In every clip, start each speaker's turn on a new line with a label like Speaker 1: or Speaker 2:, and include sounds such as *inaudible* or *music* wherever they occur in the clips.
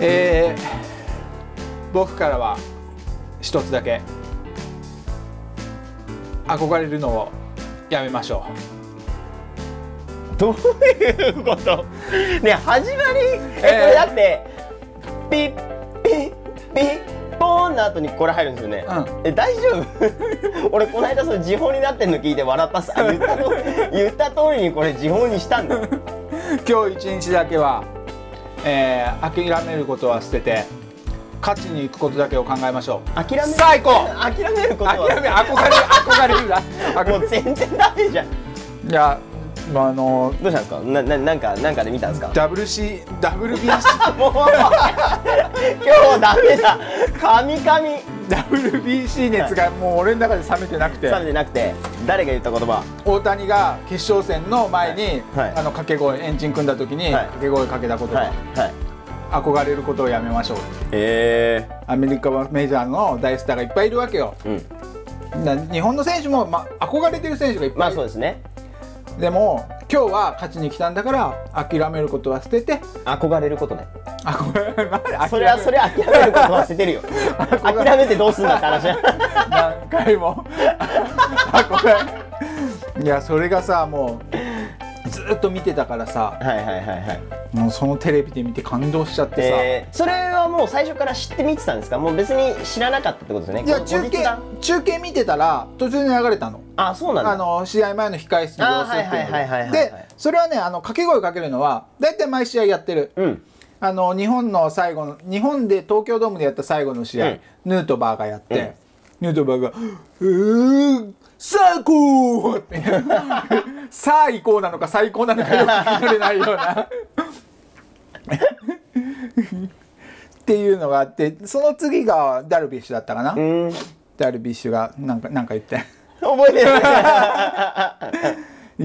Speaker 1: えー僕からは一つだけ憧れるのをやめましょ
Speaker 2: どういうことね始まりえこ
Speaker 1: えー
Speaker 2: れだってピッピッピッポーンの後にこれ入るんですよね、
Speaker 1: う
Speaker 2: え大丈夫 *laughs* 俺この間その時報になってんの聞いて笑ったさ言った *laughs* と言った通りにこれ時報にしたんだよ
Speaker 1: う *laughs* 今日一日だけは、えー諦めることは捨てて勝ちに行くことだけを考えましょう
Speaker 2: 諦める
Speaker 1: 最高
Speaker 2: 諦めること
Speaker 1: 諦
Speaker 2: は
Speaker 1: め憧れる憧れるな *laughs*
Speaker 2: もう全然ダメじゃん
Speaker 1: いやまああの
Speaker 2: どうしたんですかなななんかなんかで見たんですか
Speaker 1: WC WBC *laughs*
Speaker 2: *laughs* もう今日ダメだ神々
Speaker 1: WBC 熱がもう俺の中で冷めてなくて
Speaker 2: 冷めてなくて誰が言った言葉
Speaker 1: 大谷が決勝戦の前に、
Speaker 2: はいは
Speaker 1: あ
Speaker 2: い
Speaker 1: の掛け声エンジン組んだ時に
Speaker 2: はい
Speaker 1: 掛け声かけたこと、
Speaker 2: はいはい
Speaker 1: 憧れることをやめましょう
Speaker 2: え
Speaker 1: アメリカはメジャーの大スターがいっぱいいるわけよ
Speaker 2: えうん
Speaker 1: な日本の選手も、ま、憧れてる選手がいっぱい
Speaker 2: まあ
Speaker 1: いる、
Speaker 2: そうですね
Speaker 1: でも今日は勝ちに来たんだから諦めることは捨てて
Speaker 2: 憧れることね
Speaker 1: 憧れ諦
Speaker 2: それはそれは諦めることは捨ててる *laughs* よ諦めてどうすんだって *laughs* 話だ
Speaker 1: 何回も憧れいやそれがさもうずっと見てたからさ
Speaker 2: はいはいはいはい
Speaker 1: もうそのテレビで見て感動しちゃってさ、
Speaker 2: えーそれはもう最初から知って見てたんですかもう別に知らなかったってことですね
Speaker 1: いや
Speaker 2: こ
Speaker 1: 中
Speaker 2: 後日
Speaker 1: 継
Speaker 2: 談
Speaker 1: 中継見てたら途中に流れたの。
Speaker 2: あそうなんだ
Speaker 1: あの試合前の控え室の様子って
Speaker 2: あはいはいはいはいいうはい
Speaker 1: のでそれはねあの掛け声かけるのは大体毎試合やってる、
Speaker 2: うん
Speaker 1: あの日本の最後の日本で東京ドームでやった最後の試合、
Speaker 2: うん
Speaker 1: ヌートバーがやって、ヌートバーが「うー最高!」って「さあ行こう」なのか「最高」なのかよく聞き取れないよう
Speaker 2: *laughs*
Speaker 1: な。っていうのがあってその次がダルビッシュだったかな、
Speaker 2: うん *laughs*
Speaker 1: ダルビッシュがなんかなんか言って。
Speaker 2: 覚えてる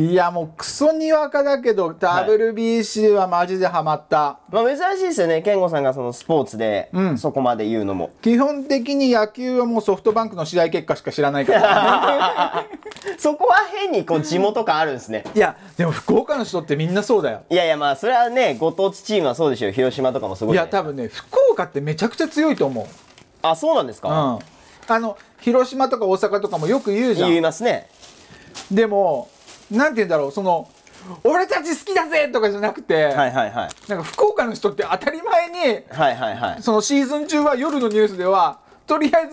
Speaker 1: いやもうクソにわかだけど WBC はマジでハマった、
Speaker 2: *laughs* まあ珍しいですよね健吾さんがそのスポーツで
Speaker 1: うん
Speaker 2: そこまで言うのも、
Speaker 1: 基本的に野球はもうソフトバンクの試合結果しか知らないから
Speaker 2: *laughs* そこは変にこう地元感あるんですね
Speaker 1: いやでも福岡の人ってみんなそうだよ
Speaker 2: *laughs* いやいやまあそれはねご当地チームはそうでしょう広島とかもすごい、
Speaker 1: い
Speaker 2: ね、
Speaker 1: や多分ね福岡ってめちゃくちゃ強いと思う
Speaker 2: あそうなんです
Speaker 1: うん
Speaker 2: か、
Speaker 1: あの広島とか大阪とかもよく言うじゃ
Speaker 2: 言い
Speaker 1: ん
Speaker 2: ますね
Speaker 1: でもなんて言うんだろうその俺たち好きだぜとかじゃなくて、
Speaker 2: はいはいはい
Speaker 1: なんか福岡の人って当たり前に
Speaker 2: はいはいはい
Speaker 1: そのシーズン中は夜のニュースではとりあえず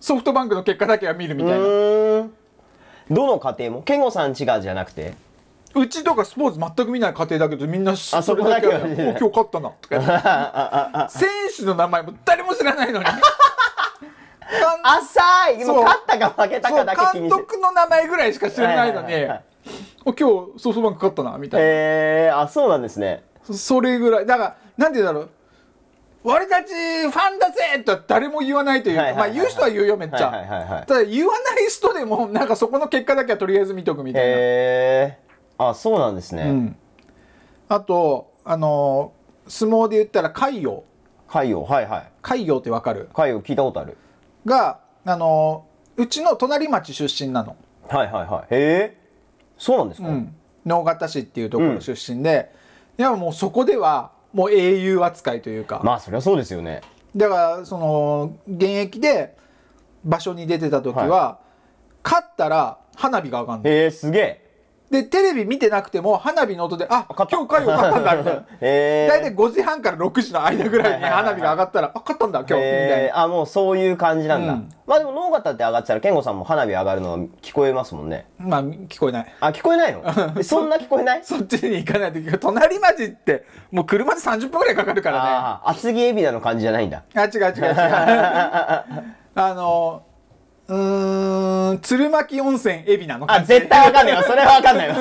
Speaker 1: ソフトバンクの結果だけは見るみたいな
Speaker 2: うーんどの家庭も健吾さんちがじゃなくて
Speaker 1: うちとかスポーツ全く見ない家庭だけどみんな知
Speaker 2: あそこだけは
Speaker 1: それお
Speaker 2: ね
Speaker 1: 今日勝ったなとか言って
Speaker 2: *laughs*
Speaker 1: 選手の名前も誰も知らないのに監
Speaker 2: 浅いで
Speaker 1: そ
Speaker 2: も
Speaker 1: う
Speaker 2: 勝ったか負けた
Speaker 1: そ
Speaker 2: か
Speaker 1: う
Speaker 2: だけ気
Speaker 1: 監
Speaker 2: にしてる
Speaker 1: 督の名前ぐらいしか知らないのに
Speaker 2: はいはいはいはい
Speaker 1: お今日ソフトバンク勝ったなみたいな、
Speaker 2: えー、あそうなんですね
Speaker 1: そそれぐらいだからなんて言うんだろう俺たちファンだぜとは誰も言わないというか、
Speaker 2: はいはいはいはい
Speaker 1: まあ言う人は言うよめっちゃ、
Speaker 2: はいはいはいはい
Speaker 1: ただ言わない人でもなんかそこの結果だけはとりあえず見とくみたいな、
Speaker 2: えー、あそうなんですね、
Speaker 1: うん、あとあのー相撲で言ったら海洋
Speaker 2: 海洋はいはい
Speaker 1: 海洋ってわかる
Speaker 2: 海洋聞いたことある
Speaker 1: があのうちの隣町出身なの、
Speaker 2: はいはいはいえー、そうなんですか、
Speaker 1: うん、直方市っていうところ出身で、いやもうそこではもう英雄扱いというか、
Speaker 2: まあそりゃそうですよね
Speaker 1: だからその現役で場所に出てた時は、勝ったら花火が上がるの
Speaker 2: えー、すげえ
Speaker 1: でテレビ見てなくても花火の音で「あ今
Speaker 2: 勝っ
Speaker 1: 日
Speaker 2: た
Speaker 1: 海洋勝ったんだ」みたいな
Speaker 2: *laughs* えー、
Speaker 1: 大体5時半から6時の間ぐらいに花火が上がったら「あ勝ったんだ今日」みたい
Speaker 2: え
Speaker 1: な
Speaker 2: ー、あもうそういう感じなんだ、
Speaker 1: うん
Speaker 2: まあでも能形って上がってたら健吾さんも花火上がるのは聞こえますもんね
Speaker 1: まあ聞こえない。
Speaker 2: あ聞こえない *laughs* のえそんな聞こえない
Speaker 1: そっちに行かないといけない隣町ってもう車で30分ぐらいかかるからね
Speaker 2: ああ厚木海老名の感じじゃないんだ
Speaker 1: あ違う違う違う
Speaker 2: *laughs*
Speaker 1: あのうーん鶴巻温泉海老名の
Speaker 2: あ
Speaker 1: 感じ
Speaker 2: 絶対わかんないわそれはわかんないわ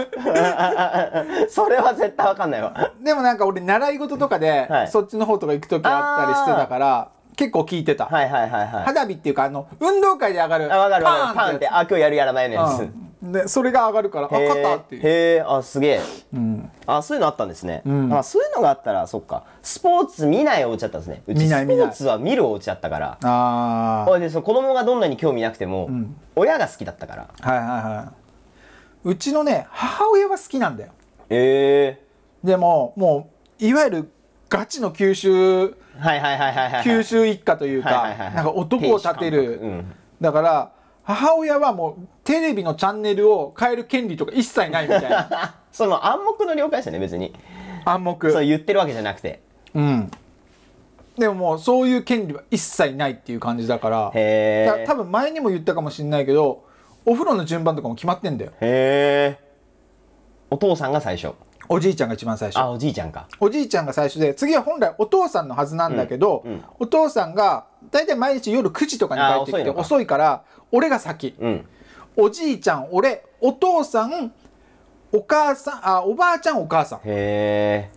Speaker 2: *laughs* それは絶対わかんないわ
Speaker 1: でもなんか俺習い事とかで、
Speaker 2: はい
Speaker 1: そっちの方とか行く時あったりしてたから結構聞いてた、
Speaker 2: はいはいはいはい
Speaker 1: 花火っていうかあの運動会で上がる
Speaker 2: あわかるわかる
Speaker 1: パ
Speaker 2: パ
Speaker 1: ー
Speaker 2: ン
Speaker 1: ン
Speaker 2: っ
Speaker 1: ってて
Speaker 2: あ今日やるやらないのや
Speaker 1: やつ
Speaker 2: つ、
Speaker 1: うんでそれが上がるからあ
Speaker 2: へ
Speaker 1: 勝った
Speaker 2: ー
Speaker 1: っていう
Speaker 2: へーあすげえ、
Speaker 1: ん
Speaker 2: あそういうのあったんですね、まあ、そういうのがあったらそっかスポーツ見ないお家だったんですねうち
Speaker 1: 見
Speaker 2: スポ
Speaker 1: ない見ない
Speaker 2: ーツは見るお家だったから
Speaker 1: ああ
Speaker 2: あでその子供がどんなに興味なくても、親が好きだったから
Speaker 1: はいはいはいうちのね母親は好きなんだよ
Speaker 2: え
Speaker 1: でももういわゆるガチの九州
Speaker 2: えはいはいはいはいはい
Speaker 1: 九州一家という
Speaker 2: はいはい
Speaker 1: か
Speaker 2: はいはい
Speaker 1: なんか男を立て
Speaker 2: 亭主関
Speaker 1: る、
Speaker 2: 白うん
Speaker 1: だから母親はもうテレビのチャンネルを変える権利とか一切ないみたい
Speaker 2: *laughs*
Speaker 1: な
Speaker 2: あその暗黙の了解ですよね別に
Speaker 1: 暗黙
Speaker 2: そう言ってるわけじゃなくて
Speaker 1: うんでももうそういう権利は一切ないっていう感じだから
Speaker 2: へー
Speaker 1: だ多分前にも言ったかもしれないけどお風呂の順番とかも決まってんだよ
Speaker 2: へえお父さんが最初
Speaker 1: おじいちゃんが一番最初
Speaker 2: あおじいちゃんか
Speaker 1: おじいちゃんが最初で次は本来お父さんのはずなんだけど、
Speaker 2: うんうん
Speaker 1: お父さんが大体毎日夜9時とかに帰ってきて
Speaker 2: あー遅いのか
Speaker 1: 遅いから俺が先、
Speaker 2: うん
Speaker 1: おじいちゃん俺お父さんお母さんあおばあちゃんお母さん
Speaker 2: へえ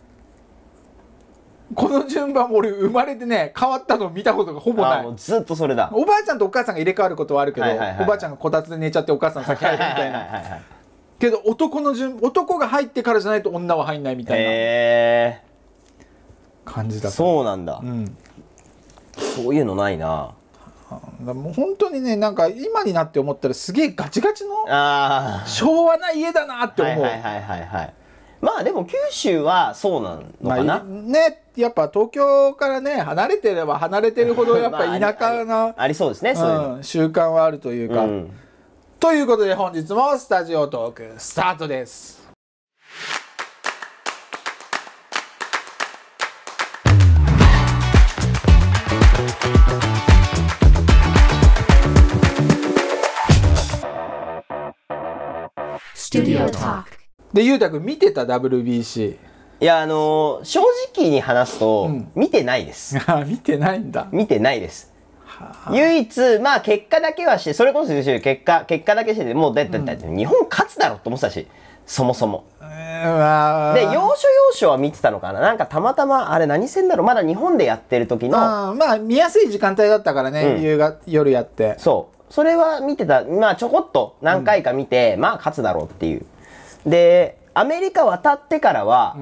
Speaker 1: この順番俺生まれてね変わったの見たことがほぼな
Speaker 2: あ
Speaker 1: い
Speaker 2: もうずっとそれだ
Speaker 1: おばあちゃんとお母さんが入れ替わることはあるけど、
Speaker 2: はいはいはい
Speaker 1: おばあちゃんがこたつで寝ちゃってお母さん先入るみたいな
Speaker 2: はいはいはい
Speaker 1: けど男の順男が入ってからじゃないと女は入んないみたいな
Speaker 2: へ
Speaker 1: 感じ
Speaker 2: え
Speaker 1: だった
Speaker 2: そうなんだ
Speaker 1: うん
Speaker 2: そういうのないな
Speaker 1: もう本当にねなんか今になって思ったらすげえガチガチの
Speaker 2: あー
Speaker 1: 昭和な家だなって
Speaker 2: はい
Speaker 1: 思う、
Speaker 2: はいはいはいはいまあでも九州はそうなの
Speaker 1: ま
Speaker 2: かな、
Speaker 1: あ、ねやっぱ東京からね離れてれば離れてるほどやっ
Speaker 2: *laughs* まあ
Speaker 1: ぱ田舎
Speaker 2: あり
Speaker 1: な、
Speaker 2: ありそうですねそういうの、
Speaker 1: うん、習慣はあるというか、
Speaker 2: うん
Speaker 1: ということで本日もスタジオトークスタートですでゆうたくん見てた WBC
Speaker 2: いやあのー正直に話すと、
Speaker 1: うん
Speaker 2: 見てないです
Speaker 1: あ *laughs* 見てないんだ
Speaker 2: 見てないです。唯一、まあ結果だけはして、それこそ結果、結果だけしてて、もうだって、だって日本勝つだろうと思ってたし、そもそも。
Speaker 1: うわ
Speaker 2: で、要所要所は見てたのかななんかたまたま、あれ何戦だろうまだ日本でやってる時の、
Speaker 1: あーまあ見やすい時間帯だったからね、
Speaker 2: うん
Speaker 1: 夕が夜やって
Speaker 2: そう。それは見てた、まあちょこっと何回か見て、まあ勝つだろうっていう。で、アメリカ渡ってからは、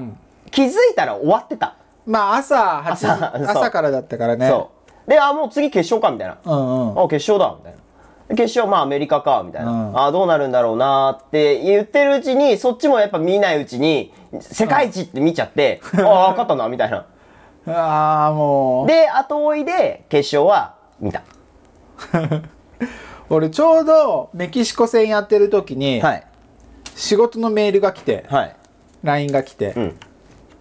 Speaker 2: 気づいたら終わってた。
Speaker 1: まあ朝8時
Speaker 2: 朝そう
Speaker 1: 朝からだったからね
Speaker 2: そう。で、あ、もう次決勝か、みたいな。
Speaker 1: うんうん
Speaker 2: あ決勝だみたいなで決勝まあアメリカかみたいな、
Speaker 1: うん
Speaker 2: あどうなるんだろうなって言ってるうちにそっちもやっぱ見ないうちに世界一って見ちゃって、ああ勝ったなみた
Speaker 1: *laughs*
Speaker 2: いな
Speaker 1: ああもう
Speaker 2: で後追いで決勝は見た
Speaker 1: 俺ちょうどメキシコ戦やってる時に
Speaker 2: い
Speaker 1: 仕事のメールが来て
Speaker 2: はい
Speaker 1: LINE が来て、
Speaker 2: うん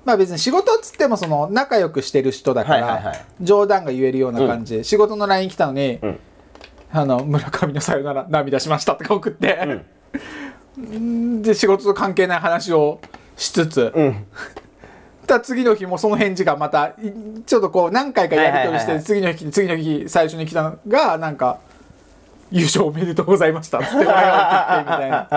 Speaker 1: まあ別に仕事っつってもその仲良くしてる人だから、
Speaker 2: はいはいはい
Speaker 1: 冗談が言えるような感じ、仕事の LINE 来たのに、
Speaker 2: ん
Speaker 1: あの村上のさよなら涙しましたとか送って、 *laughs* で仕事と関係ない話をしつつ、
Speaker 2: うん
Speaker 1: ただ次の日もその返事がまたいちょっとこう何回かやり取りして、
Speaker 2: はいはいはいはい
Speaker 1: 次の日次の日最初に来たのがなんか「優勝おめでとうございました」っつって我々送ってみたい *laughs* な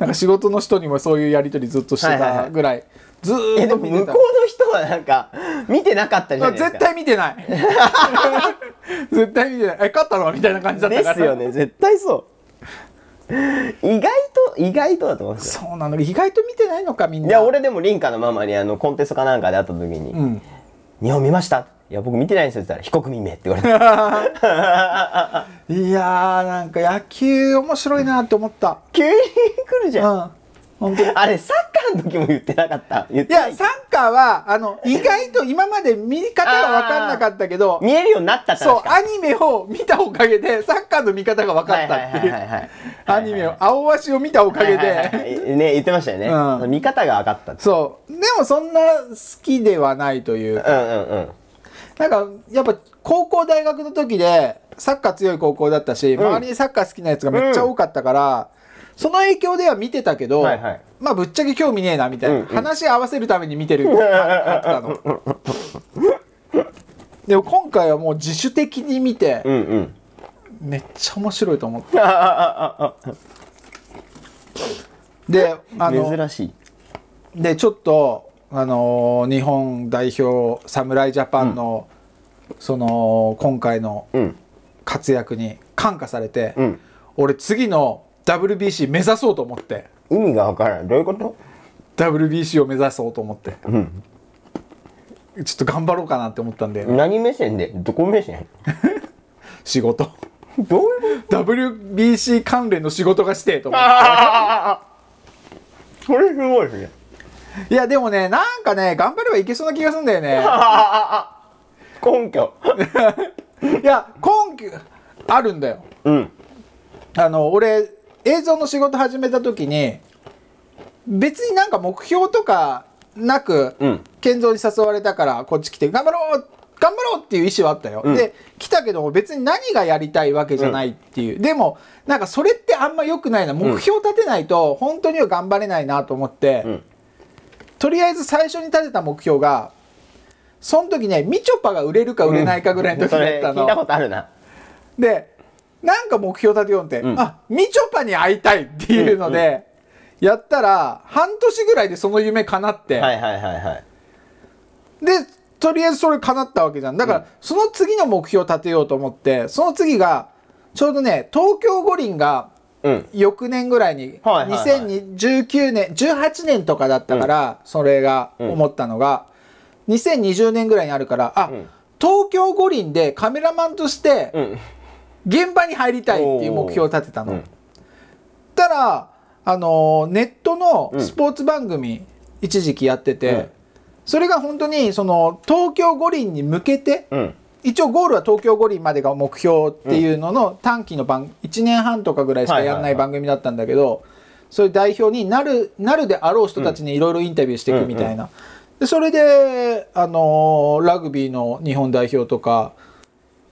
Speaker 1: なんか仕事の人にもそういうやり取りずっとして
Speaker 2: はいはいは
Speaker 1: た
Speaker 2: い
Speaker 1: ぐらいず
Speaker 2: い
Speaker 1: ー
Speaker 2: や
Speaker 1: っ
Speaker 2: で
Speaker 1: と
Speaker 2: も
Speaker 1: 見
Speaker 2: 向こう
Speaker 1: て
Speaker 2: の
Speaker 1: た。
Speaker 2: 人はなんか見てなかったんじゃないですか
Speaker 1: 絶対見てない *laughs* 絶対見てないえ勝ったのみたいな感じだったから
Speaker 2: ですよね絶対そう意外と意外とだと思うんですよ
Speaker 1: そうなの意外と見てないのかみんない
Speaker 2: や俺でもリンカのママにあのコンテストかなんかで会った時に、
Speaker 1: うん
Speaker 2: 日本見ましたいや僕見てないんですよって言ったら非国民名って言われた
Speaker 1: いやーなんか野球面白いなって思った
Speaker 2: 急に来るじ
Speaker 1: うん
Speaker 2: ゃん
Speaker 1: 本当に
Speaker 2: あれサッカーの時も言ってなかった言っ
Speaker 1: い
Speaker 2: てない
Speaker 1: やサッカーはあの意外と今まで見方が分かんなかったけど
Speaker 2: 見えるようになったって
Speaker 1: そう
Speaker 2: 話か
Speaker 1: アニメを見たおかげでサッカーの見方が分かったってい
Speaker 2: はいはいはいはいう
Speaker 1: アニメを青足を見たおかげ
Speaker 2: はいはいは
Speaker 1: で
Speaker 2: いね言ってましたよね、
Speaker 1: うん
Speaker 2: 見方が上がったって
Speaker 1: そうでもそんな好きではないという
Speaker 2: うんうんうん
Speaker 1: なんかやっぱ高校大学の時でサッカー強い高校だったし、
Speaker 2: ん
Speaker 1: 周りにサッカー好きなやつがめっちゃ多かったから、その影響では見てたけど、
Speaker 2: はいはい
Speaker 1: まあぶっちゃけ興味ねえなみたいな、
Speaker 2: うんうん
Speaker 1: 話合わせるために見てる
Speaker 2: *laughs*
Speaker 1: 感だったの。でも今回はもう自主的に見て、
Speaker 2: うんうん
Speaker 1: めっちゃ面白いと思って
Speaker 2: あああああ
Speaker 1: であの
Speaker 2: 珍しい
Speaker 1: でちょっと、あのー日本代表侍ジャパンの、その今回の
Speaker 2: うん
Speaker 1: 活躍に感化されて、
Speaker 2: うん
Speaker 1: 俺次の WBC 目指そうと思って
Speaker 2: 意味がわからないどういうこと
Speaker 1: WBC を目指そうと思って、ちょっと頑張ろうかなって思ったんで
Speaker 2: 何目線でどこ目線
Speaker 1: 仕事
Speaker 2: どういうこ
Speaker 1: WBC 関連の仕事がしてえと思って
Speaker 2: とそれすごいですね
Speaker 1: いやでもねなんかね頑張ればいけそうな気がするんだよね
Speaker 2: 根拠
Speaker 1: いや根拠あるんだよ
Speaker 2: うん
Speaker 1: あの俺映像の仕事始めた時に別になんか目標とかなく、
Speaker 2: うん
Speaker 1: 健三に誘われたからこっち来て頑張ろう頑張ろうっていう意思はあったよ、
Speaker 2: ん
Speaker 1: で来たけども別に何がやりたいわけじゃないっていう、でもなんかそれってあんま良くないな目標立てないと本当には頑張れないなと思って、
Speaker 2: ん
Speaker 1: とりあえず最初に立てた目標がその時ねみちょぱが売れるか売れないかぐらいの時
Speaker 2: そ
Speaker 1: だっ
Speaker 2: れ
Speaker 1: たの。
Speaker 2: 聞いたことあるな
Speaker 1: でなんか目標立てようって、あみちょぱに会いたいっていうので、やったら半年ぐらいでその夢叶って、
Speaker 2: はいはいはいはい
Speaker 1: でとりあえずそれ叶ったわけじゃんだから、その次の目標立てようと思ってその次がちょうどね東京五輪が
Speaker 2: うん
Speaker 1: 翌年ぐらいに、
Speaker 2: はいはいはい
Speaker 1: 2019年18年とかだったから、それが思ったのが、2020年ぐらいにあるからあ、
Speaker 2: ん
Speaker 1: 東京五輪でカメラマンとして、
Speaker 2: うん
Speaker 1: 現場に入りたいっていう目標を立てたの。たらあのーネットのスポーツ番組、一時期やってて、
Speaker 2: うん
Speaker 1: それが本当にその東京五輪に向けて、
Speaker 2: うん
Speaker 1: 一応ゴールは東京五輪までが目標っていうのの短期の番1年半とかぐらいしかやんない番組だったんだけど、そういう代表になるなるであろう人たちにいろいろインタビューしていくみたいな、でそれで、あのーラグビーの日本代表とか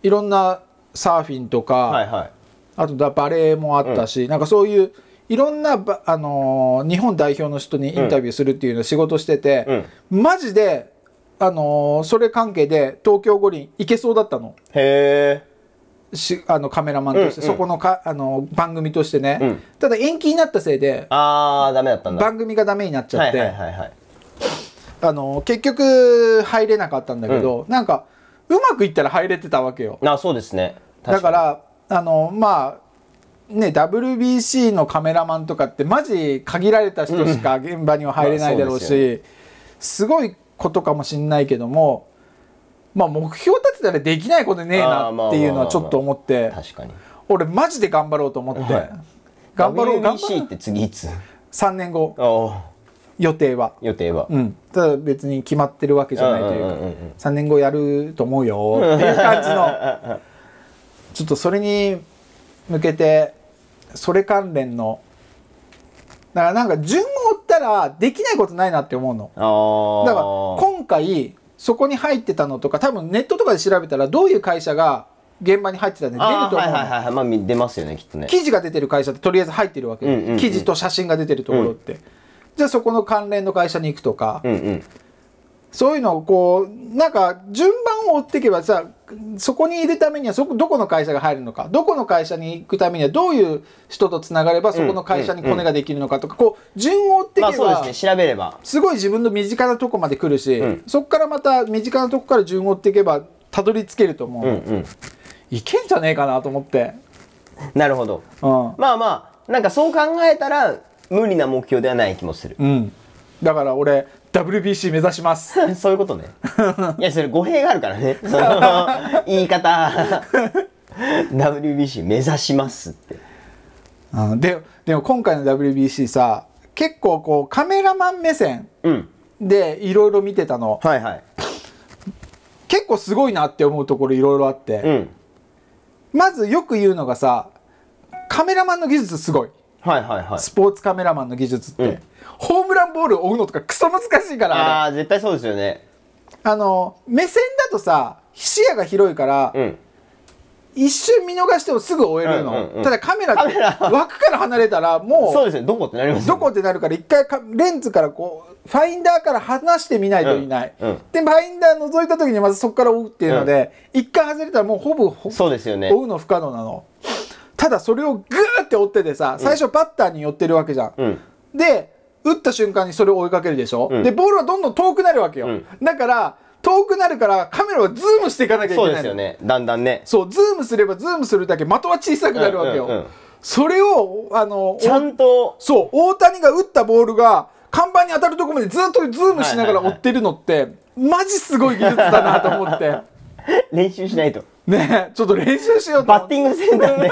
Speaker 1: いろんなサーフィンとか、
Speaker 2: はいはい
Speaker 1: あとだバレエもあったし、なんかそういういろんなば、あのー日本代表の人にインタビューするっていうのを仕事してて、マジで、あのーそれ関係で東京五輪行けそうだったの
Speaker 2: へえ
Speaker 1: しあのカメラマンとして、
Speaker 2: うんうん
Speaker 1: そこのか、あのー番組としてね、
Speaker 2: うん
Speaker 1: ただ延期になったせいで
Speaker 2: あーダメだったんだ
Speaker 1: 番組がダメになっちゃ
Speaker 2: は
Speaker 1: っ
Speaker 2: い
Speaker 1: て、
Speaker 2: はいはいはい
Speaker 1: あのー結局入れなかったんだけど、なんかうまくいったら入れてたわけよ。
Speaker 2: あそうですね
Speaker 1: だ
Speaker 2: 確
Speaker 1: か
Speaker 2: に
Speaker 1: らあのまあね WBC のカメラマンとかってマジ限られた人しか現場には入れないだろう
Speaker 2: まあそう
Speaker 1: し、すごいことかもしんないけどもまあ目標立てたらできないことねえなっていうのはちょっと思って
Speaker 2: 確かに
Speaker 1: 俺マジで頑張ろうと思って、
Speaker 2: はい
Speaker 1: 頑張ろう頑張ろ
Speaker 2: WBC っ
Speaker 1: う
Speaker 2: て次いつ
Speaker 1: 3年後
Speaker 2: おー
Speaker 1: 予定は。
Speaker 2: 予定は
Speaker 1: うん、ただ別に決まってるわけじゃないというか、
Speaker 2: うんうんうんうん
Speaker 1: 3年後やると思うよっていう感じのちょっとそれに向けてそれ関連のだからなんか順を追ったらできないことないなって思うの
Speaker 2: あ
Speaker 1: だ
Speaker 2: あ
Speaker 1: から今回そこに入ってたのとか多分ネットとかで調べたらどういう会社が現場に入ってたんで出る
Speaker 2: あー
Speaker 1: と思うの、
Speaker 2: はいはいはいはいまあみ出ますよねきっとね
Speaker 1: 記事が出てる会社ってとりあえず入ってるわけで、
Speaker 2: うんうんうん
Speaker 1: 記事と写真が出てるところって、じゃあそこの関連の会社に行くとか、
Speaker 2: うんうん
Speaker 1: そういうのをこうなんか順番を追っていけばさそこにいるためにはそこどこの会社が入るのかどこの会社に行くためにはどういう人とつながればそこの会社にコネができるのかとかこう順を追ってい
Speaker 2: まあ
Speaker 1: け
Speaker 2: そう
Speaker 1: ば
Speaker 2: ですね調べれば
Speaker 1: すごい自分の身近なとこまで来るし
Speaker 2: ん
Speaker 1: そこからまた身近なとこから順を追っていけばたどり着けると思
Speaker 2: うんう
Speaker 1: うんいけんじゃねえかなと思って
Speaker 2: なるほど
Speaker 1: うん
Speaker 2: まあまあなんかそう考えたら無理な目標ではない気もする
Speaker 1: うんだから俺 WBC 目指します
Speaker 2: *laughs* そういうことねいやそれ語弊があるからねその言い方 WBC 目指しますって
Speaker 1: うんででも今回の WBC さ結構こうカメラマン目線
Speaker 2: うん
Speaker 1: でいろいろ見てたの
Speaker 2: はいはい
Speaker 1: 結構すごいなって思うところいろいろあって、
Speaker 2: うん
Speaker 1: まずよく言うのがさカメラマンの技術すごい
Speaker 2: はいはいはい
Speaker 1: スポーツカメラマンの技術って、
Speaker 2: うん
Speaker 1: ホームランボールを追うのとかクソ難しいからあれ
Speaker 2: ああー絶対そうですよね
Speaker 1: あの目線だとさ視野が広いから、
Speaker 2: うん
Speaker 1: 一瞬見逃してもすぐ追えるの、
Speaker 2: うんうんうん
Speaker 1: ただカメラ
Speaker 2: カメラ
Speaker 1: 枠から離れたらもう
Speaker 2: そうですねどこってなりますよ
Speaker 1: どこってなるから一回かレンズからこうファインダーから離してみないといない、
Speaker 2: うんうん
Speaker 1: でファインダー覗いた時にまずそこから追うっていうので、一回外れたらもうほぼほ
Speaker 2: そうですよね
Speaker 1: 追うの不可能なのただそれをグーって追っててさ最初バッターに寄ってるわけじゃん、
Speaker 2: うん
Speaker 1: で打った瞬間にそれを追いかけるでしょ、
Speaker 2: ん
Speaker 1: でボールはどんどん遠くなるわけよ、
Speaker 2: ん
Speaker 1: だから遠くなるからカメラをズームしていかなきゃいけ
Speaker 2: そ
Speaker 1: ないうの
Speaker 2: ですよねだんだんね
Speaker 1: そうズームすればズームするだけ的は小さくなるわけよ、
Speaker 2: うんうんうん
Speaker 1: それを、あの、
Speaker 2: ちゃんと
Speaker 1: そう、大谷が打ったボールが、看板に当たるとこまでずっとズームしながら追ってるのって、マジすごい技術だなと思
Speaker 2: *laughs*
Speaker 1: って。
Speaker 2: 練習しないと。
Speaker 1: ねえちょっと練習しようと思
Speaker 2: バ
Speaker 1: って。
Speaker 2: ッティングセンターで。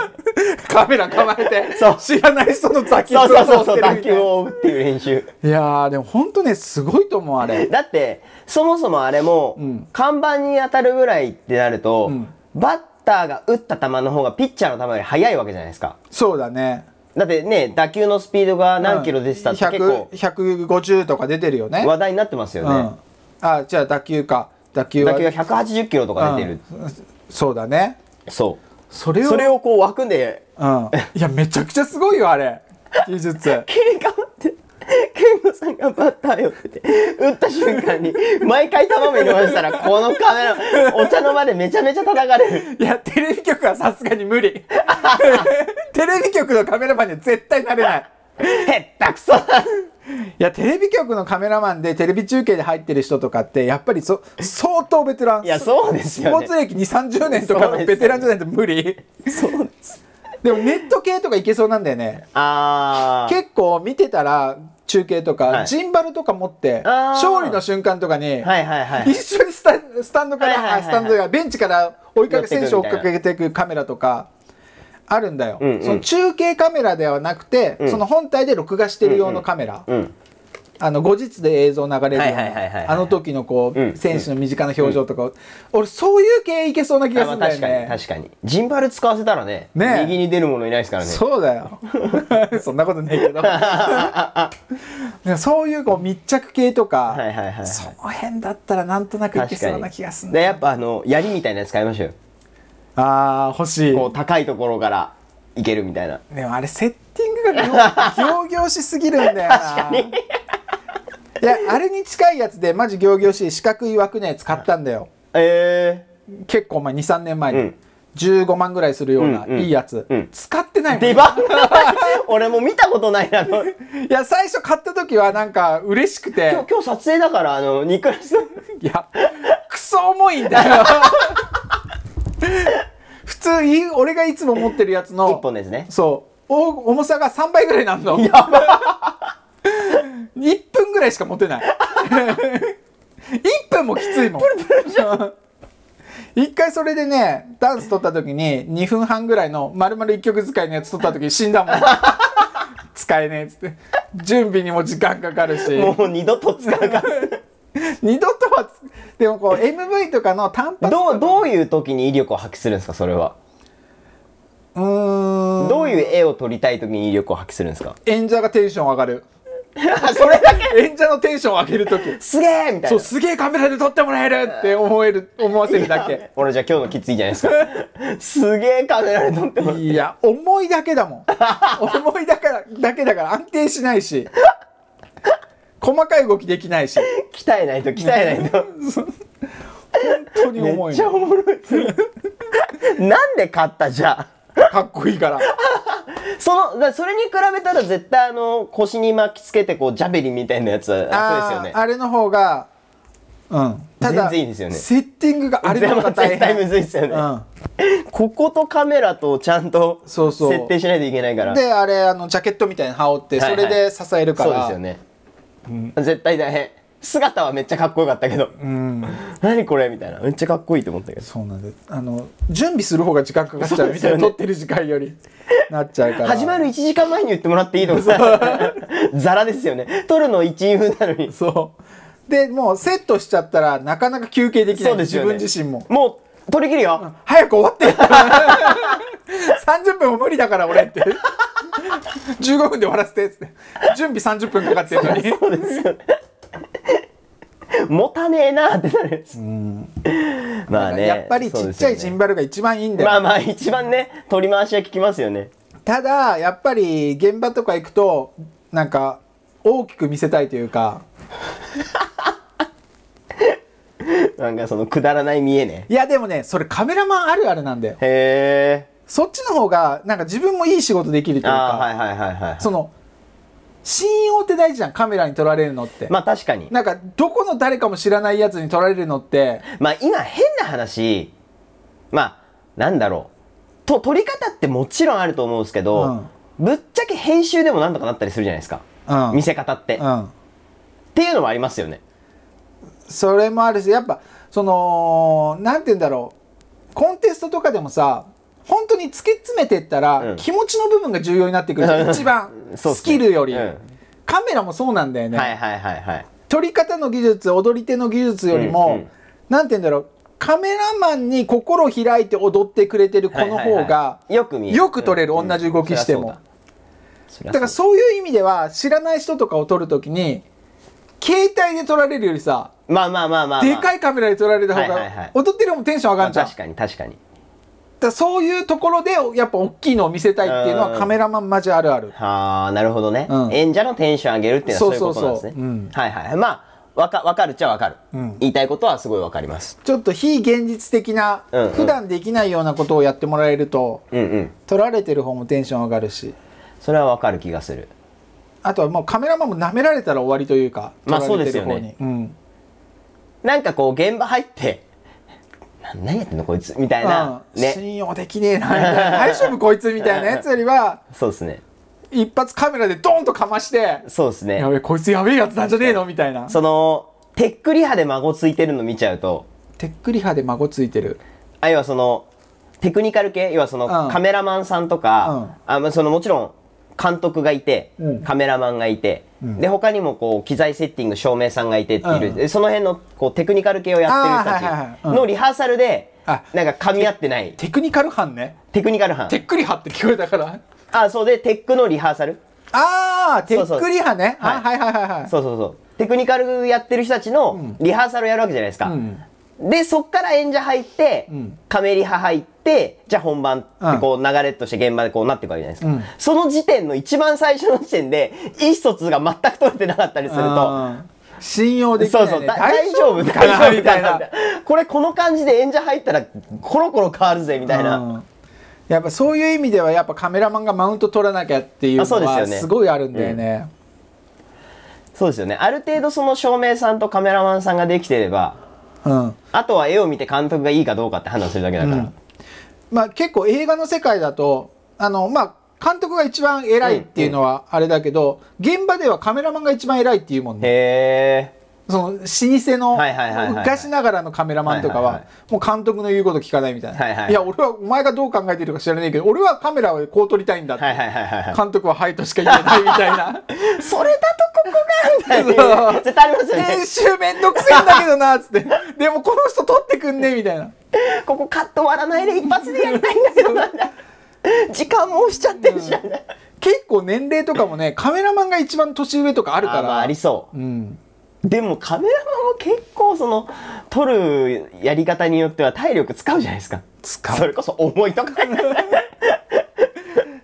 Speaker 1: *laughs* カメラ構えて
Speaker 2: そう、
Speaker 1: 知らない人の打球
Speaker 2: そうそうそ
Speaker 1: 追
Speaker 2: うそ
Speaker 1: っ
Speaker 2: う、
Speaker 1: てるみ
Speaker 2: 打
Speaker 1: たい
Speaker 2: 球
Speaker 1: な
Speaker 2: を追うっていう練習。
Speaker 1: いやー、でも本当ね、すごいと思う、あれ。
Speaker 2: *laughs* だって、そもそもあれも、
Speaker 1: ん
Speaker 2: 看板に当たるぐらいってなると、
Speaker 1: ん
Speaker 2: バッターが打った球の方がピッチャーの球より速いわけじゃないですか。
Speaker 1: そうだね。
Speaker 2: だってね、打球のスピードが何キロでしたって結構
Speaker 1: 100 150とか出てるよね。
Speaker 2: 話題になってますよ
Speaker 1: う
Speaker 2: ね。
Speaker 1: ん。あ、じゃあ打球か。打球は。
Speaker 2: 打球が180キロとか出てる。
Speaker 1: うんそうだね。
Speaker 2: そう。
Speaker 1: それを。
Speaker 2: それをこう枠で、 *laughs*
Speaker 1: うん。いや、めちゃくちゃすごいよ、あれ。技術。
Speaker 2: ケンカって、ケンゴさんがバッターよって、打った瞬間に、毎回球目に回したら、このカメラ、お茶の間でめちゃめちゃ叩かれる。
Speaker 1: いや、テレビ局はさすがに無
Speaker 2: *laughs*
Speaker 1: 理。テレビ局のカメラマンには絶対なれない。
Speaker 2: へったくそだ
Speaker 1: いや、テレビ局のカメラマンでテレビ中継で入ってる人とかって、やっぱりそ相当ベテラン。
Speaker 2: いやそうですよね
Speaker 1: スポーツ歴2、30年とか
Speaker 2: そうですよ
Speaker 1: の
Speaker 2: ね
Speaker 1: ベテランじゃないと無理。
Speaker 2: そうです。
Speaker 1: でもネット系とかいけそうなんだよね。
Speaker 2: あー。
Speaker 1: 結構見てたら、中継とか、
Speaker 2: はい
Speaker 1: ジンバルとか持って、
Speaker 2: あー
Speaker 1: 勝利の瞬間とかに、
Speaker 2: はいはいはい。
Speaker 1: 一緒にスタスタンドから、
Speaker 2: はいはいはいはい
Speaker 1: あスタンドがベンチから追いか
Speaker 2: 寄
Speaker 1: け
Speaker 2: ってく
Speaker 1: 選
Speaker 2: る
Speaker 1: 手を追っかけていくカメラとかあるんだよ、
Speaker 2: うんうん
Speaker 1: その中継カメラではなくて、その本体で録画してる用のカメラ、
Speaker 2: うん。
Speaker 1: あの後日で映像流れるような、
Speaker 2: はいはいはいはいはい
Speaker 1: あの時のこう、
Speaker 2: うん
Speaker 1: 選手の身近な表情とかを、俺そういう系いけそうな気が
Speaker 2: あ
Speaker 1: す
Speaker 2: ま
Speaker 1: る
Speaker 2: あ
Speaker 1: んだよね
Speaker 2: 確かに、確かに。ジンバル使わせたらね、
Speaker 1: ねえ
Speaker 2: 右に出るものいないですからね。
Speaker 1: そうだよ *laughs* そんなことないけ
Speaker 2: *laughs*
Speaker 1: どねそういうこう密着系とか、
Speaker 2: はいはいはいはい
Speaker 1: その辺だったらなんとなくいけ
Speaker 2: 確
Speaker 1: そう
Speaker 2: か
Speaker 1: な
Speaker 2: に
Speaker 1: 気がするんだ
Speaker 2: で
Speaker 1: よ
Speaker 2: やっぱあの槍みたいなやつ買いましょうよ
Speaker 1: ああ欲しい
Speaker 2: こう高いところからいけるみたいな
Speaker 1: でもあれセッティングが行々し *laughs* すぎるんだよないやあれに近いやつでマジ行々しい四角い枠のやつ買ったんだよ
Speaker 2: *laughs* え
Speaker 1: 結構前23年前に、
Speaker 2: うん
Speaker 1: 15万ぐらいするような
Speaker 2: うんうん
Speaker 1: いいやつ、
Speaker 2: うん
Speaker 1: 使ってない
Speaker 2: ー、
Speaker 1: もん
Speaker 2: 出番がない俺もう見たことないなあの今
Speaker 1: いや最初買った時はなんか嬉しくて
Speaker 2: 日 *laughs* 今日撮影だからあのニクラス
Speaker 1: いやクソ重いんだよ *laughs* 普通い俺がいつも持ってるやつの
Speaker 2: 一本ですね
Speaker 1: そうお重さが3倍ぐらいなんのや1分ぐらいしか持てない1分もきついもん一回それでねダンス撮った時に2分半ぐらいの丸々1曲使いのやつ撮った時死んだ
Speaker 2: *laughs*
Speaker 1: もん使えねえっつって準備にも時間かかるし
Speaker 2: もう二度と使うから
Speaker 1: 二度とはでもこう MV とかの単発
Speaker 2: どうどういう時に威力を発揮するんですかそれは
Speaker 1: うーん
Speaker 2: どういう絵を撮りたい時に威力を発揮するんですか
Speaker 1: 演者がテンション上がる
Speaker 2: *laughs* それだけ
Speaker 1: 演者のテンション上げる時
Speaker 2: すげえみたい
Speaker 1: そう
Speaker 2: な
Speaker 1: すげえカメラで撮ってもらえるって思え
Speaker 2: *laughs*
Speaker 1: る思わせるだけ
Speaker 2: 俺じゃあ今日のキッズいいじゃないですかすげえカメラで撮ってもらう
Speaker 1: いや重いだけだもん重いだからだけだから安定しないし細かい動きできないし
Speaker 2: 鍛えないと鍛えないと
Speaker 1: 本当に重
Speaker 2: めっ
Speaker 1: い
Speaker 2: ちゃ
Speaker 1: の
Speaker 2: おもろいなんで買ったじゃあ
Speaker 1: かっこいいから
Speaker 2: そのだからそれに比べたら絶対あの腰に巻きつけてこうジャベリンみたいなやつは楽ですよね
Speaker 1: あーあれの方がうんただ
Speaker 2: 全然いいですよね
Speaker 1: セッティングがあれの方が大
Speaker 2: 絶対む
Speaker 1: 変
Speaker 2: ずいですよね、
Speaker 1: うん
Speaker 2: こことカメラとちゃんと
Speaker 1: そうそう
Speaker 2: 設定しないといけないから
Speaker 1: であれあのジャケットみたいなの羽織って
Speaker 2: はい
Speaker 1: そ
Speaker 2: はい
Speaker 1: れで支えるから、
Speaker 2: そうですよね、絶対大変姿はめっちゃかっこよかったけど、何これみたいなめっちゃかっこいいと思ったけど
Speaker 1: そうなんですあの準備する方が時間かかっちゃうみたいな、
Speaker 2: そうですよね
Speaker 1: 撮ってる時間よりなっちゃうから
Speaker 2: 始まる1時間前に言ってもらっていいと思う *laughs* ザラですよね撮るの1分なのに
Speaker 1: *laughs* そうでもうセットしちゃったらなかなか休憩できない
Speaker 2: そうですよね
Speaker 1: 自分自身も
Speaker 2: もう撮り切るよ、
Speaker 1: 早く終わ *laughs* って30分も無理だから俺って15分で終わらせてっつって準備30分かかってるのに
Speaker 2: そうですよね。持たねえなってなるやつ。まあね。
Speaker 1: やっぱりちっちゃいジン
Speaker 2: バ
Speaker 1: バルが一番いいんだよ、
Speaker 2: まあまあ一番ね取り回しは効きますよね。
Speaker 1: ただやっぱり現場とか行くとなんか大きく見せたいというか
Speaker 2: なんかそのくだらない見えね。
Speaker 1: いやでもねそれカメラマンあるあるなんだよ
Speaker 2: へ
Speaker 1: そっちの方がなんか自分もいい仕事できる
Speaker 2: え。
Speaker 1: というか、
Speaker 2: ああはいはいはいはい。
Speaker 1: その信用って大事じゃんカメラに撮られるのって、
Speaker 2: まあ確かに。
Speaker 1: なんかどこの誰かも知らないやつに撮られるのって
Speaker 2: まあ今変な話。まあなんだろう。と撮り方ってもちろんあると思うんですけど、ぶっちゃけ編集でもなんとかなったりするじゃないですか、
Speaker 1: うん
Speaker 2: 見せ方って、
Speaker 1: う
Speaker 2: っ
Speaker 1: ん
Speaker 2: ていうのはありますよね
Speaker 1: それもあるしやっぱそのなんて言うんだろうコンテストとかでもさ本当に突き詰めてったら、
Speaker 2: うん
Speaker 1: 気持ちの部分が重要になってくるじゃん一番
Speaker 2: *laughs* そうっすね
Speaker 1: スキルより、
Speaker 2: うん
Speaker 1: カメラもそうなんだよね、
Speaker 2: はいはいはいはい
Speaker 1: 撮り方の技術踊り手の技術よりも、
Speaker 2: うんうん
Speaker 1: なんて言うんだろうカメラマンに心開いて踊ってくれてる子の
Speaker 2: はいはい
Speaker 1: 方が
Speaker 2: はいよく見える
Speaker 1: よく撮れる、
Speaker 2: うん
Speaker 1: 同じ動きしても、
Speaker 2: そりゃそうだ
Speaker 1: だからそういう意味では知らない人とかを撮るときに携帯で撮られるよりさ
Speaker 2: まあまあまあまあ、まあ、
Speaker 1: でかいカメラで撮られた方
Speaker 2: はいはいは
Speaker 1: が
Speaker 2: い
Speaker 1: 踊ってる方もテンション上が
Speaker 2: ま
Speaker 1: る
Speaker 2: あ
Speaker 1: じゃん、
Speaker 2: 確かに確かに
Speaker 1: だからそういうところでやっぱ大きいのを見せたいっていうの
Speaker 2: う
Speaker 1: は
Speaker 2: ん
Speaker 1: カメラマンマジあるある
Speaker 2: はあなるほどね、
Speaker 1: うん
Speaker 2: 演者のテンション上げるっていうのはそういうことなんですね
Speaker 1: そうそうそううん
Speaker 2: はいはいまあわかわかるっちゃわかる、
Speaker 1: うん
Speaker 2: 言いたいことはすごいわかります
Speaker 1: ちょっと非現実的な、
Speaker 2: うんうん
Speaker 1: 普段できないようなことをやってもらえると
Speaker 2: うんうん
Speaker 1: 撮られてる方もテンション上がるし
Speaker 2: それはわかる気がする
Speaker 1: あとはもうカメラマンも舐められたら終わりというか
Speaker 2: まあ
Speaker 1: 撮られてる
Speaker 2: そう
Speaker 1: 方
Speaker 2: です
Speaker 1: にうん
Speaker 2: なんかこう現場入ってな何やってんのこいつみたいな、
Speaker 1: うん
Speaker 2: ね
Speaker 1: 信用できねえなみたいな大丈夫こいつみたいなやつよりは
Speaker 2: そうですね
Speaker 1: 一発カメラでドーンとかまして
Speaker 2: そうですね
Speaker 1: やべえこいつやべえやつなんじゃねえのみたいな
Speaker 2: そのてっくり派で孫ついてるの見ちゃうと
Speaker 1: てっくり派で孫ついてる
Speaker 2: あ要はそのテクニカル系要はその
Speaker 1: うん
Speaker 2: カメラマンさんとか、あまあそのもちろん監督がいて、
Speaker 1: うん
Speaker 2: カメラマンがいて、で他にもこう機材セッティング照明さんがいてっていう、
Speaker 1: うん
Speaker 2: でその辺のこうテクニカル系をやってる
Speaker 1: あーはいはい
Speaker 2: 人たち
Speaker 1: はいうん
Speaker 2: のリハーサルで、
Speaker 1: あ
Speaker 2: なんか噛み合ってない
Speaker 1: テクニカル班ね
Speaker 2: テクニカル班
Speaker 1: てっくり派って聞こえた
Speaker 2: *laughs*
Speaker 1: から
Speaker 2: あそうでテックのリハーサル
Speaker 1: ああてっくり派ね
Speaker 2: そうそう
Speaker 1: あはいはいはいはい
Speaker 2: そうそうそうテクニカルやってる人たちのリハーサルをやるわけじゃないですか、
Speaker 1: うん
Speaker 2: でそっから演者入って、
Speaker 1: ん
Speaker 2: カメリハ入ってじゃあ本番ってこう流れとして現場でこうなっていくわけじゃないですか、
Speaker 1: うん
Speaker 2: その時点の一番最初の時点で意思疎通が全く取れてなかったりすると。
Speaker 1: あー信用できない
Speaker 2: そ
Speaker 1: うね
Speaker 2: そう、だ
Speaker 1: 大
Speaker 2: 大
Speaker 1: 丈
Speaker 2: 丈
Speaker 1: 夫
Speaker 2: 夫
Speaker 1: か
Speaker 2: 大
Speaker 1: な
Speaker 2: 丈夫
Speaker 1: み
Speaker 2: み
Speaker 1: た
Speaker 2: た
Speaker 1: い
Speaker 2: い
Speaker 1: な
Speaker 2: なこれこの感じで演者入ったらコロコロ変わるぜみたいな
Speaker 1: うんやっぱそういう意味ではやっぱカメラマンがマウント取らなきゃっていうの
Speaker 2: あそうです
Speaker 1: は
Speaker 2: よね
Speaker 1: すごいあるんだよね
Speaker 2: そうですよねある程度その照明さんとカメラマンさんができてれば
Speaker 1: うん
Speaker 2: あとは絵を見て監督がいいかどうかって判断するだけだから、
Speaker 1: まあ結構映画の世界だとあのまあ監督が一番偉いっていうのはあれだけど現場ではカメラマンが一番偉いっていうもんね
Speaker 2: へえ
Speaker 1: その老舗の
Speaker 2: はいはいはいはい
Speaker 1: 昔ながらのカメラマンとか
Speaker 2: はい
Speaker 1: は
Speaker 2: はい
Speaker 1: もう監督の言うこと聞かないみたいな、
Speaker 2: はいはいはい
Speaker 1: や俺はお前がどう考えてるか知らないけど俺はカメラをこう撮りたいんだって、
Speaker 2: はいはいはいはいはい
Speaker 1: 監督は「はい」としか言えないみたいな
Speaker 2: それだとここがみた *laughs* い
Speaker 1: そう
Speaker 2: な絶対ありますよね
Speaker 1: 編集めんどくせえんだけどなっつってでもこの人撮ってくんねみたいな
Speaker 2: ここカット割らないで一発でやりたいんだけどな時間も押しちゃってるじゃん、あ
Speaker 1: 結構年齢とかもねカメラマンが一番年上とかあるから
Speaker 2: ーまあありそうう、
Speaker 1: ん
Speaker 2: でもカメラマンも結構その撮るやり方によっては体力使うじゃないですか
Speaker 1: 使う
Speaker 2: それこそ重いとか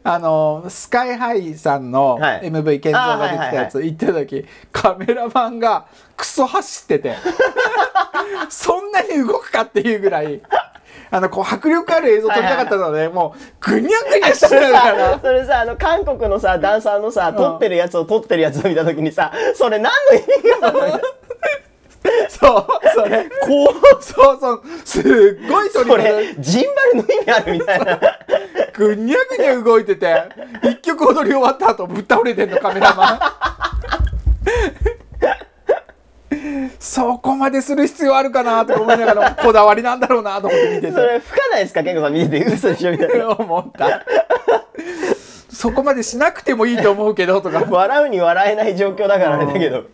Speaker 1: あのスカイハイさんの
Speaker 2: はい
Speaker 1: MV 建造ができたや
Speaker 2: あ
Speaker 1: つ行った時カメラマンがクソ走って
Speaker 2: *laughs*
Speaker 1: てそんなに動くかっていうぐらいあのこう迫力ある映像撮りたかったのでもうぐにゃぐにゃして
Speaker 2: それ
Speaker 1: るから
Speaker 2: さそれ *laughs* さあの韓国のさダンサーのさ撮ってるやつを撮ってるやつを見た時にさそれ何の意味があるのみたいな
Speaker 1: そうそれこうそうそうすっごい撮り方
Speaker 2: これジンバルの意味あるみたい *laughs* な
Speaker 1: ぐにゃぐにゃ動いてて一曲踊り終わった後ぶっ倒れてんのカメラマン *laughs* そこまでする必要あるかなとか思いながらこだわりなんだろうなと思って見て
Speaker 2: そ
Speaker 1: て
Speaker 2: れ吹かないですか健吾さん見てて嘘でしょみたいな
Speaker 1: 思ったそこまでしなくてもいいと思うけどとか
Speaker 2: 笑うに笑えない状況だからあれだけど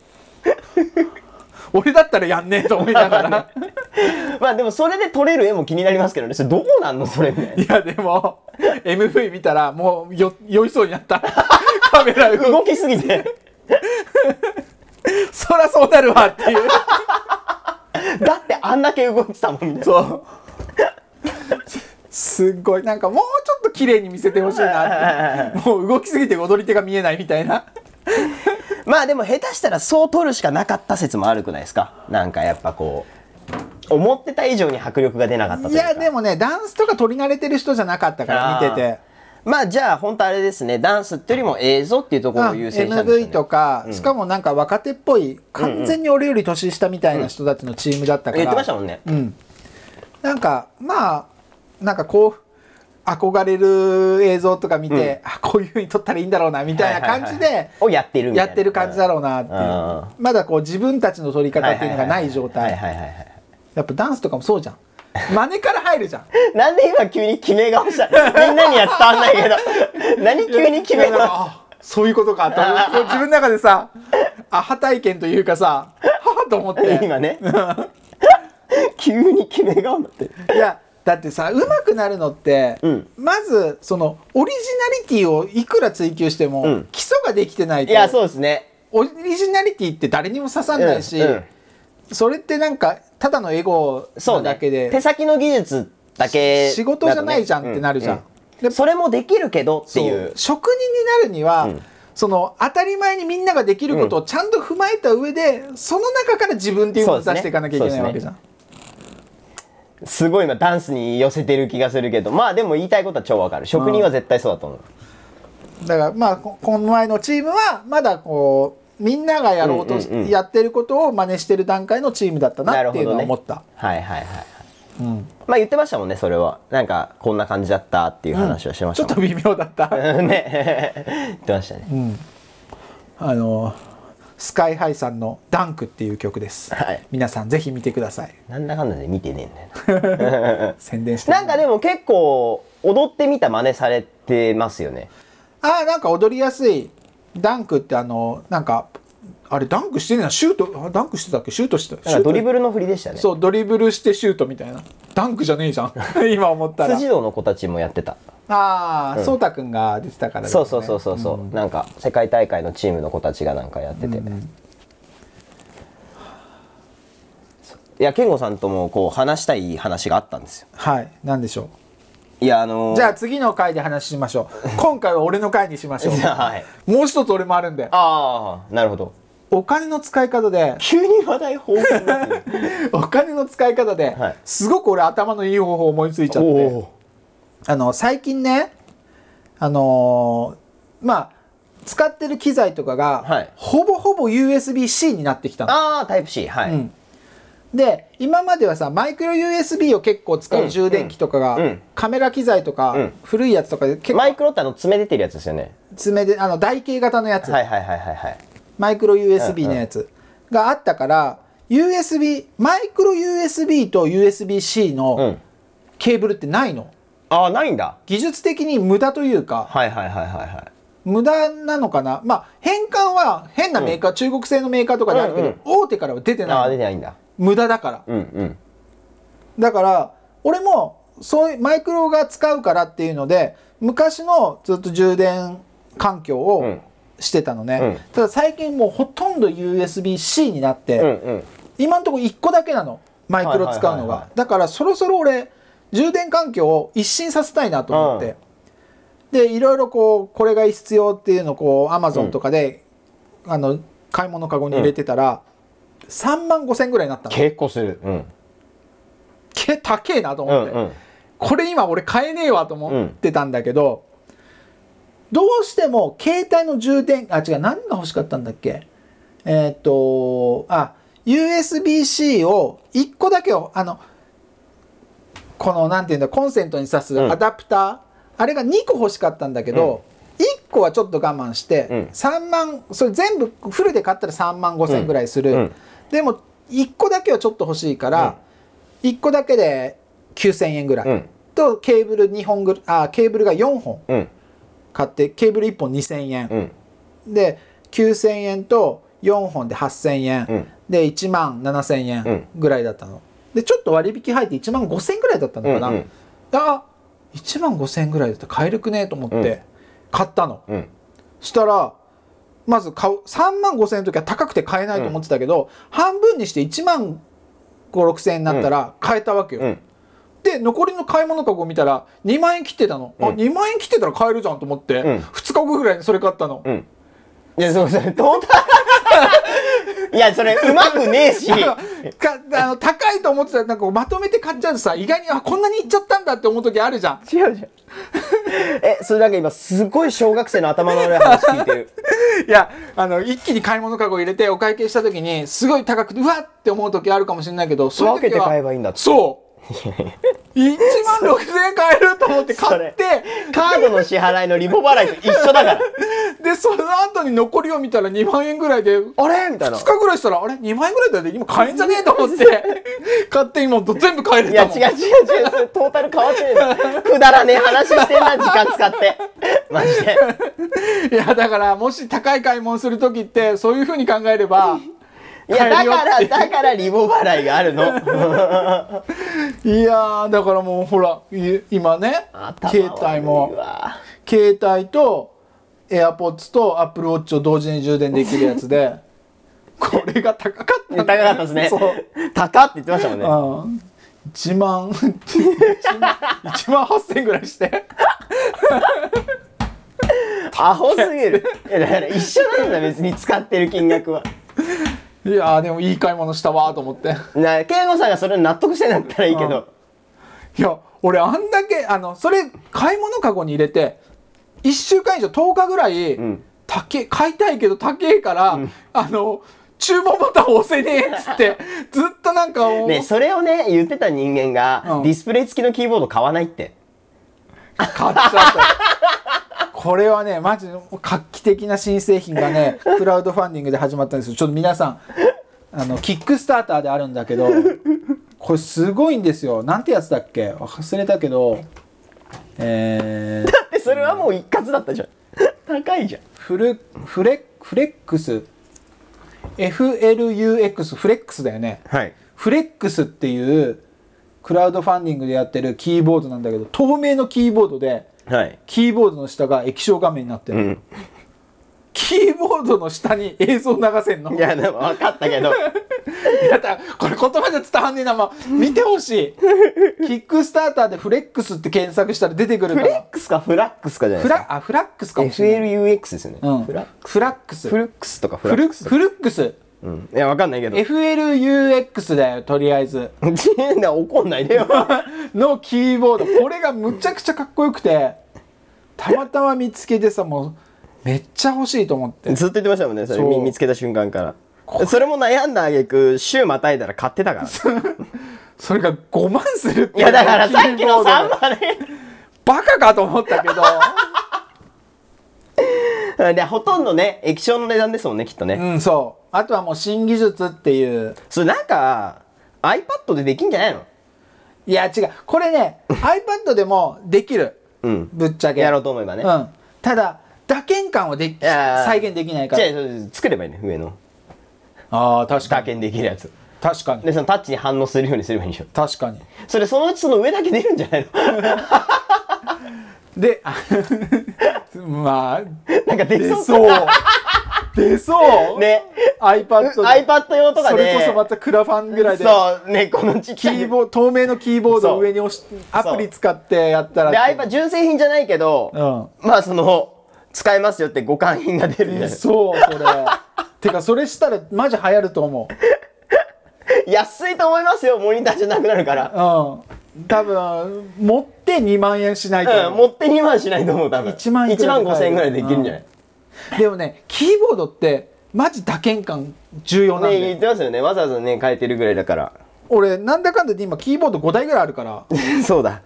Speaker 1: 俺だったらやんねえと思いながら
Speaker 2: *laughs* まあでもそれで撮れる絵も気になりますけどねそれどうなんのそれみたい
Speaker 1: いやでも MV 見たらもうよ酔いそうになったカメラ動
Speaker 2: な動きすぎて *laughs*
Speaker 1: そらそうなるわっていう
Speaker 2: だってあんだけ動いてたもんみたいな
Speaker 1: そう。すっごいなんかもうちょっと綺麗に見せてほしいな *laughs* ってもう動きすぎて踊り手が見えないみたいな
Speaker 2: まあでも下手したらそう撮るしかなかった説も悪くないですかなんかやっぱこう思ってた以上に迫力が出なかったと
Speaker 1: い
Speaker 2: いうか
Speaker 1: やでもねダンスとか撮り慣れてる人じゃなかったから見てて
Speaker 2: まあじゃあ本当あれですねダンスっていうよりも映像っていうところを優先したんですよ、ね
Speaker 1: MV とか、しかもなんか若手っぽい完全に俺より年下みたいな人たちのチームだったから、
Speaker 2: 言ってましたもんね
Speaker 1: うん、なんかまあなんかこう憧れる映像とか見て、あこういうふうに撮ったらいいんだろうなみたいな感じで
Speaker 2: をやってるみたい
Speaker 1: や
Speaker 2: な
Speaker 1: ってる感じだろうなっていう、
Speaker 2: うん
Speaker 1: まだこう自分たちの撮り方っていうのがない状態、
Speaker 2: はいはいはいはい
Speaker 1: やっぱダンスとかもそう
Speaker 2: *laughs*
Speaker 1: じゃん真似から入るじゃん
Speaker 2: なんで今急に決め顔したみんなには伝わんない
Speaker 1: *laughs*
Speaker 2: けど何急に決め
Speaker 1: いやなんか
Speaker 2: 顔
Speaker 1: *laughs* あそういうことかとこう自分の中でさアハ体験というかさはぁと思って *laughs*
Speaker 2: 今ね急に決め顔になってる
Speaker 1: いやだってさ上手くなるのって、
Speaker 2: うん
Speaker 1: まずそのオリジナリティをいくら追求しても、
Speaker 2: うん
Speaker 1: 基礎ができてない
Speaker 2: い
Speaker 1: と
Speaker 2: やそうですね
Speaker 1: オリジナリティって誰にも刺さんないし、
Speaker 2: うんうん
Speaker 1: それってなんかただのエゴ
Speaker 2: そう
Speaker 1: な
Speaker 2: ね
Speaker 1: だけで、
Speaker 2: 手先の技術だけだとね、
Speaker 1: 仕事じゃないじゃんってなるじゃん
Speaker 2: ううそれもできるけどってい
Speaker 1: そうう職人になるには、その当たり前にみんなができることをちゃんと踏まえた上で、その中から自分っていうものを出していかなきゃいけないわけじゃん、
Speaker 2: すごい今ダンスに寄せてる気がするけどまあでも言いたいことは超わかる職人は絶対そうだと思う、
Speaker 1: だからまあここの前のチームはまだこうみんながやろうとし、
Speaker 2: うんうんうん
Speaker 1: やってることを真似してる段階のチームだった
Speaker 2: な
Speaker 1: な
Speaker 2: る
Speaker 1: ってい
Speaker 2: ほ
Speaker 1: うの
Speaker 2: ど
Speaker 1: は
Speaker 2: ね
Speaker 1: 思った、
Speaker 2: はいはいはい
Speaker 1: うん
Speaker 2: まあ言ってましたもんねそれはなんかこんな感じだったっていう話はしてまし
Speaker 1: ちょ
Speaker 2: た
Speaker 1: っ
Speaker 2: もん、
Speaker 1: と微妙だった、
Speaker 2: *laughs* ね言ってましたね、
Speaker 1: うんあのスカイハイさんの「ダンク」っていう曲です、
Speaker 2: はい
Speaker 1: 皆さんぜひ見てください
Speaker 2: なんだかんだで見てねえんだよ
Speaker 1: 宣伝して
Speaker 2: ななんかでも結構踊ってみた真似されてますよね
Speaker 1: ああなんか踊りやすいダンクってあのなんかあれダンクしてんねえなシュートあダンクしてたっけシュートしてた
Speaker 2: なんかドリ
Speaker 1: ル
Speaker 2: ブルの振りでしたね
Speaker 1: そうドリブルしてシュートみたいなダンクじゃねえじゃん
Speaker 2: *laughs*
Speaker 1: 今思ったら
Speaker 2: 辻堂の子たちもやってた
Speaker 1: ああ、そうたくんが出てたからです
Speaker 2: そ
Speaker 1: ね、
Speaker 2: うそうそうそうそう、なんか世界大会のチームの子たちがなんかやってて、いや健吾さんともこう話したい話があったんですよ
Speaker 1: はいなんでしょ
Speaker 2: いやあの
Speaker 1: う
Speaker 2: ー
Speaker 1: じゃあ次の回で話しましょう今回は俺の回にしましょう
Speaker 2: じゃあ *laughs* はい
Speaker 1: もう一つ俺もあるんで
Speaker 2: ああなるほど
Speaker 1: お金の使い方で
Speaker 2: 急に話題豊富になって
Speaker 1: *laughs*
Speaker 2: る
Speaker 1: お金の使い方で、
Speaker 2: はい
Speaker 1: すごく俺頭のいい方法思いついちゃって
Speaker 2: お
Speaker 1: あの最近ねあのーまあ使ってる機材とかが、
Speaker 2: はい
Speaker 1: ほぼほぼ USB-C になってきたの
Speaker 2: ああタイプ C はい、
Speaker 1: うんで今まではさマイクロ USB を結構使う充電器とかが、
Speaker 2: うんうん
Speaker 1: カメラ機材とか、
Speaker 2: うん
Speaker 1: 古いやつとかで結構
Speaker 2: マイクロってあの爪出てるやつですよね
Speaker 1: 爪であの台形型のやつ、
Speaker 2: はいはいはいはいはい
Speaker 1: マイクロ USB のやつがあったから、USB マイクロ USB と USB-C
Speaker 2: う
Speaker 1: の
Speaker 2: ん
Speaker 1: ケーブルってないの、
Speaker 2: ああないんだ
Speaker 1: 技術的に無駄というか
Speaker 2: はいはいはいはいはい
Speaker 1: 無駄なのかなまあ変換は変なメーカー、中国製のメーカーとかであるけど、
Speaker 2: うんうん
Speaker 1: 大手からは出て
Speaker 2: ああ
Speaker 1: な
Speaker 2: 出
Speaker 1: い
Speaker 2: てないんだ
Speaker 1: 無駄だから
Speaker 2: うんうん
Speaker 1: だから俺もそういうマイクロが使うからっていうので昔のずっと充電環境
Speaker 2: う
Speaker 1: を
Speaker 2: ん
Speaker 1: してたのね、
Speaker 2: うん
Speaker 1: ただ最近もうほとんど USB-C になって、
Speaker 2: うんうん
Speaker 1: 今んとこ1個だけなのマイクロ使う
Speaker 2: は
Speaker 1: の
Speaker 2: いはいはいは
Speaker 1: がだからそろそろ俺充電環境を一新させたいなと思って、でいろいろこうこれが必要っていうのをこうアマゾンとかで、あの買い物かごに入れてたら、3万5千ぐらいになったの
Speaker 2: 結構するうん
Speaker 1: け高えなと
Speaker 2: う
Speaker 1: 思っ
Speaker 2: ん
Speaker 1: て、
Speaker 2: うん
Speaker 1: これ今俺買えねえわと思ってたんだけど、どうしても携帯の充電あ違う何が欲しかったんだっけえーっ、とあ USB-C を1個だけをあのこのなんていうんだコンセントに挿す
Speaker 2: うん
Speaker 1: アダプター、あれが2個欲しかったんだけど、1個はちょっと我慢して、
Speaker 2: うん
Speaker 1: 3万それ全部フルで買ったら3万5千ぐらいする、
Speaker 2: うんうん
Speaker 1: でも1個だけはちょっと欲しいから、1個だけで9000円ぐらい、
Speaker 2: うん
Speaker 1: とケーブル2本ぐあケーブルが4本
Speaker 2: うん
Speaker 1: 買ってケーブル1本2000円、
Speaker 2: うん
Speaker 1: で9000円と4本で8000円、
Speaker 2: うん
Speaker 1: で1万7000円ぐらいだったの、でちょっと割引入って1万5000円ぐらいだったのかな、
Speaker 2: うんうん
Speaker 1: あ1万5000円ぐらいだったら買えるくねえと思っ
Speaker 2: うん
Speaker 1: て買ったの、
Speaker 2: うん
Speaker 1: したらまず買う3万5000円の時は高くて買えないと思ってたけど、半分にして1万56000円になったら買えたわけよ、
Speaker 2: うん
Speaker 1: で残りの買い物かご見たら2万円切ってたの、あ2万円切ってたら買えるじゃんと思って、
Speaker 2: うん
Speaker 1: 2日後ぐらいにそれ買ったの、
Speaker 2: うんいや、そう、それ、トータル *laughs* いや、それ、うまくねえ *laughs* し。
Speaker 1: だ *laughs* からかあの高いと思ってたらなんかまとめて買っちゃうとさ意外にあこんなにいっちゃったんだって思う時あるじゃん
Speaker 2: 違うじゃん。え、それなんか今、すごい小学生の頭の悪い話聞いてる。
Speaker 1: いやあの一気に買い物かご入れてお会計した時にすごい高くてうわっって思う時あるかもしれないけどそういう時は
Speaker 2: 分けて買えばいいんだって
Speaker 1: そう1万6000円買えると思って買って
Speaker 2: カードの支払いのリボ払いと一緒だから。
Speaker 1: でその後に残りを見たら2万円ぐらいで
Speaker 2: *laughs* あれみたいな
Speaker 1: 2。日ぐらいしたらあれ2万円ぐらいだよ今買えんじゃねえと思って *laughs* 買って今全部買える
Speaker 2: いや
Speaker 1: たもん
Speaker 2: 違う違う違うそれトータル変わってるくだらねえ話してんな時間使ってマジで
Speaker 1: いやだからもし高い買い物する時ってそういうふうに考えれ *laughs* ば
Speaker 2: いやだ
Speaker 1: 帰るよ
Speaker 2: からだからリボ払いがある
Speaker 1: *laughs*
Speaker 2: の
Speaker 1: いやーだからもうほらい今ね携帯
Speaker 2: 頭悪い
Speaker 1: も
Speaker 2: わ
Speaker 1: 携帯と AirPods と AppleWatch を同時に充電できるやつ *laughs* でこれが高かった
Speaker 2: 高
Speaker 1: んだ
Speaker 2: かったですね
Speaker 1: そう
Speaker 2: 高って言ってましたもんね
Speaker 1: うん1万1万1万8000円ぐらいして
Speaker 2: アホすぎるいやだから一緒なんだ別に使ってる金額はい
Speaker 1: やーでもいい買い物したわーと思って
Speaker 2: な健吾さんがそれ納得してんだったらいいけど
Speaker 1: いや俺あんだけあのそれ買い物かごに入れて1週間以上10日ぐらい、
Speaker 2: ん
Speaker 1: 高え買いたいけど高えから、あの注文ボタン押せねえっつって *laughs* ずっとなんかもう、
Speaker 2: ねそれをね言ってた人間
Speaker 1: う
Speaker 2: が
Speaker 1: ん
Speaker 2: ディスプレイ付きのキーボード買わないって
Speaker 1: 買っちゃった。これはねマジで画期的な新製品がねクラウドファンディングで始まったんですよちょっと皆さんあのキックスターターであるんだけどこれすごいんですよなんてやつだっけ忘れたけどえー、
Speaker 2: だってそれはもう一括だったじゃん高いじゃん
Speaker 1: フルフレフレックス FLUX フレックスだよね
Speaker 2: はい
Speaker 1: フレックスっていうクラウドファンディングでやってるキーボードなんだけど透明のキーボードで
Speaker 2: はい
Speaker 1: キーボードの下が液晶画面になってる、
Speaker 2: うん
Speaker 1: キーボードの下に映像流せんの
Speaker 2: いやでも分かったけ
Speaker 1: *laughs*
Speaker 2: ど
Speaker 1: やだこれ言葉じゃ伝わんねえな、まあ、見てほしいキックスターターでフレックスって検索したら出てくる
Speaker 2: フ
Speaker 1: か
Speaker 2: レッ
Speaker 1: ら
Speaker 2: クスかフラックスかじゃな
Speaker 1: フ
Speaker 2: いです
Speaker 1: ラ
Speaker 2: か
Speaker 1: あフラックスかもしれない、
Speaker 2: FLUX ですよね、
Speaker 1: うん、
Speaker 2: フ
Speaker 1: フ
Speaker 2: ラ
Speaker 1: ラックス
Speaker 2: フ
Speaker 1: フ
Speaker 2: ルックスとかフラッ
Speaker 1: ル
Speaker 2: クスとか、
Speaker 1: フルックス
Speaker 2: うん、いや分かんないけど
Speaker 1: FLUX だよとりあえず *laughs*
Speaker 2: な怒ん *laughs* ないで *laughs* よ
Speaker 1: のキーボードこれがむちゃくちゃかっこよくてたまたま見つけてさもうめっちゃ欲しいと思って *laughs*
Speaker 2: ずっと言ってましたもんねそれ
Speaker 1: そう
Speaker 2: 見見つけた瞬間からそれも悩んだ挙句週またいだら買ってたから
Speaker 1: それが5万するって
Speaker 2: い
Speaker 1: いう
Speaker 2: やだからさっ
Speaker 1: キ
Speaker 2: きの
Speaker 1: ーボードが
Speaker 2: 3番
Speaker 1: バカかと思ったけど *laughs*
Speaker 2: ね *laughs* でほとんどね液晶の値段ですもんねきっとね、
Speaker 1: うんそうあとはもう新技術っていう
Speaker 2: それなんか iPad でできんじゃないの
Speaker 1: いや違うこれね iPad でもできる
Speaker 2: うん
Speaker 1: ぶっちゃけ
Speaker 2: やろうと思えばね、
Speaker 1: うんただ打鍵感をでき
Speaker 2: いや
Speaker 1: 再現できないか
Speaker 2: じゃ
Speaker 1: ら
Speaker 2: あそう作ればいいね上の
Speaker 1: あー確
Speaker 2: 打鍵できるやつ
Speaker 1: 確かに
Speaker 2: でそのタッチに反応するようにすればいいんでしょ
Speaker 1: 確かに
Speaker 2: それそのうちその上だけ出るんじゃないの *laughs*
Speaker 1: で、 *laughs* あまあ、
Speaker 2: なんか出
Speaker 1: 出
Speaker 2: そう
Speaker 1: そう。出そう。
Speaker 2: *laughs* ね
Speaker 1: iPad で
Speaker 2: iPad 用とか
Speaker 1: そ
Speaker 2: で
Speaker 1: れこそまたクラファンぐらいで。
Speaker 2: そうねこのちっち
Speaker 1: キ
Speaker 2: ゃい
Speaker 1: ーボード透明のキーボードを上に押しアプリ使ってやったら
Speaker 2: で iPad 純正品じゃないけど、まあその使えますよって互換品が出る
Speaker 1: うんん
Speaker 2: だ
Speaker 1: え
Speaker 2: よ
Speaker 1: そうそれ *laughs* てかそれしたらマジ流行ると思う
Speaker 2: 安いと思いますよモニターじゃなくなるから、
Speaker 1: うん多分持って2万円しないと
Speaker 2: うん、
Speaker 1: 思う、
Speaker 2: 持って2万しないと思う多分
Speaker 1: 1万いくら
Speaker 2: 1
Speaker 1: で買える
Speaker 2: 万5千円ぐらいできるんじゃない、
Speaker 1: でもねキーボードってマジ打鍵感重要なん
Speaker 2: ね
Speaker 1: で、
Speaker 2: 言ってますよねわざわざね変えてるぐらいだから *laughs*
Speaker 1: 俺なんだかんだで今キーボード5台ぐらいあるから
Speaker 2: そう
Speaker 1: *laughs*
Speaker 2: だ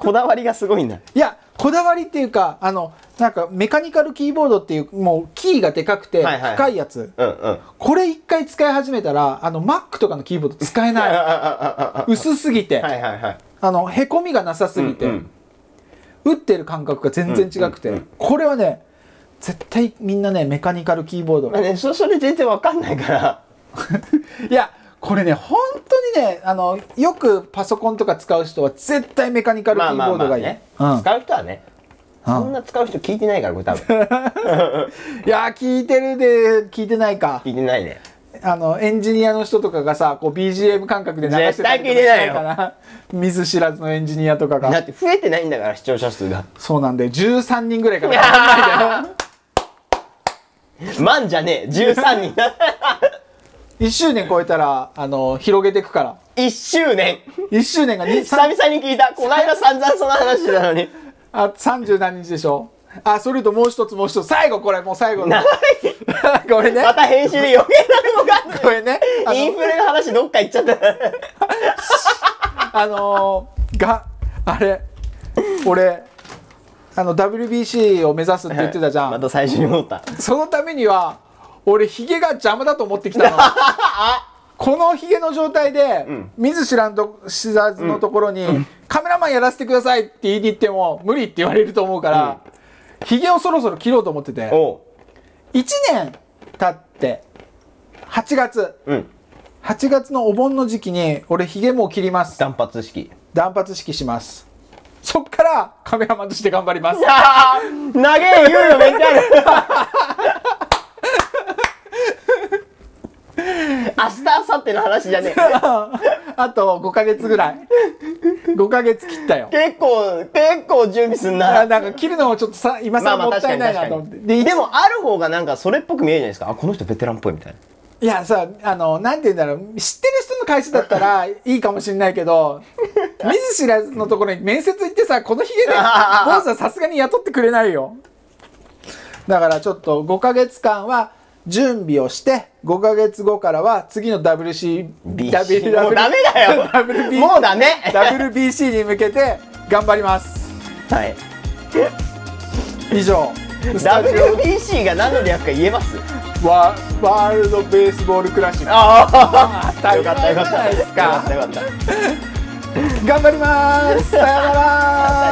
Speaker 2: こだわりがすごいんだ
Speaker 1: いやこだわりっていうかあのなんかメカニカルキーボードっていうもうキーがでかくて
Speaker 2: はいはい
Speaker 1: 深いやつ、
Speaker 2: うんうん
Speaker 1: これ一回使い始めたらあの Mac とかのキーボード使え
Speaker 2: ああ
Speaker 1: ない
Speaker 2: あああ
Speaker 1: 薄すぎて、
Speaker 2: はいはいはい
Speaker 1: あのへこみがなさすぎて、
Speaker 2: うん
Speaker 1: 打ってる感覚が全然違くて、これはね絶対みんなねメカニカルキーボード
Speaker 2: まあねそそれ全然わかんないから
Speaker 1: *laughs* いやこれね本当にねあのよくパソコンとか使う人は絶対メカニカルキ
Speaker 2: まあ
Speaker 1: ー
Speaker 2: まあ
Speaker 1: ボー
Speaker 2: ま
Speaker 1: ド
Speaker 2: あ
Speaker 1: がいい、
Speaker 2: ね、
Speaker 1: うん
Speaker 2: 使う人はねそんな使う人聞いてないからこれ
Speaker 1: *laughs*
Speaker 2: 多分
Speaker 1: いやー聞いてるで聞いてないか
Speaker 2: 聞いてないね
Speaker 1: あのエンジニアの人とかがさこう BGM 感覚で流してたりとか
Speaker 2: 絶対聞いてないよ
Speaker 1: しから見ず知らずのエンジニアとか
Speaker 2: だ
Speaker 1: が
Speaker 2: って増えてないんだから視聴者数が
Speaker 1: そうなんだよ13人ぐらいから変わんないで
Speaker 2: 万じゃねえ13人 *laughs*
Speaker 1: 1周年超えたらあの広げていくから
Speaker 2: 1周年
Speaker 1: 1周年がに
Speaker 2: 久々に聞いたこないだ散々その話してたのに
Speaker 1: あ30何日でしょあそれともう一つもう一つ最後これもう最後のこれね
Speaker 2: また編集で余計なのが
Speaker 1: これねあの
Speaker 2: インフレの話どっか行っちゃった
Speaker 1: あのーがあれ俺あの WBC を目指すって言ってたじゃん、
Speaker 2: また最初に思った。
Speaker 1: そのためには俺ヒゲが邪魔だと思ってきたのこのヒゲの状態で、見ず知らんと知らずのところに、カメラマンやらせてくださいって言いに行っても無理って言われると思うから、ヒゲをそろそろ切ろうと思ってて
Speaker 2: おう。
Speaker 1: 1年経って8月
Speaker 2: うん。
Speaker 1: 8月のお盆の時期に俺ヒゲもう切ります
Speaker 2: 断髪式。
Speaker 1: 断髪式しますそっからカメラマンとして頑張ります
Speaker 2: あー長え言うよ、めっちゃ *laughs* ある。明日、明後日の話じゃねえ。
Speaker 1: *laughs* あと5ヶ月ぐらい5ヶ月切ったよ
Speaker 2: 結構、結構準備すん
Speaker 1: あな
Speaker 2: な。
Speaker 1: んか切るのもちょっとさ今
Speaker 2: ま
Speaker 1: さ
Speaker 2: あまあ
Speaker 1: もった
Speaker 2: 確か
Speaker 1: い
Speaker 2: に
Speaker 1: ない
Speaker 2: 確
Speaker 1: な
Speaker 2: か
Speaker 1: と思って、で
Speaker 2: に。でもある方がなんかそれっぽく見えるじゃないですか。あ、この人ベテランっぽいみたいな。
Speaker 1: いやさあのなんて言うんだろう知ってる人の会社だったらいいかもしれないけ
Speaker 2: *laughs*
Speaker 1: ど見ず知らずのところに面接行ってさこの
Speaker 2: *laughs*
Speaker 1: ヒゲで坊主はさすがに雇ってくれないよだからちょっと5ヶ月間は準備をして5ヶ月後からは次の WC
Speaker 2: BC もうダメだよ
Speaker 1: WB
Speaker 2: もうダメ
Speaker 1: WBC に向けて頑張ります
Speaker 2: はい。
Speaker 1: 以上スタジオ
Speaker 2: WBC が何の略か言えます
Speaker 1: ワワールドベースボールクラシック
Speaker 2: あ
Speaker 1: 当た
Speaker 2: よ
Speaker 1: り
Speaker 2: かった
Speaker 1: 前
Speaker 2: よ
Speaker 1: じゃ
Speaker 2: かった。
Speaker 1: ないですか
Speaker 2: よかったよかった。
Speaker 1: 頑張りますさよなら
Speaker 2: *laughs*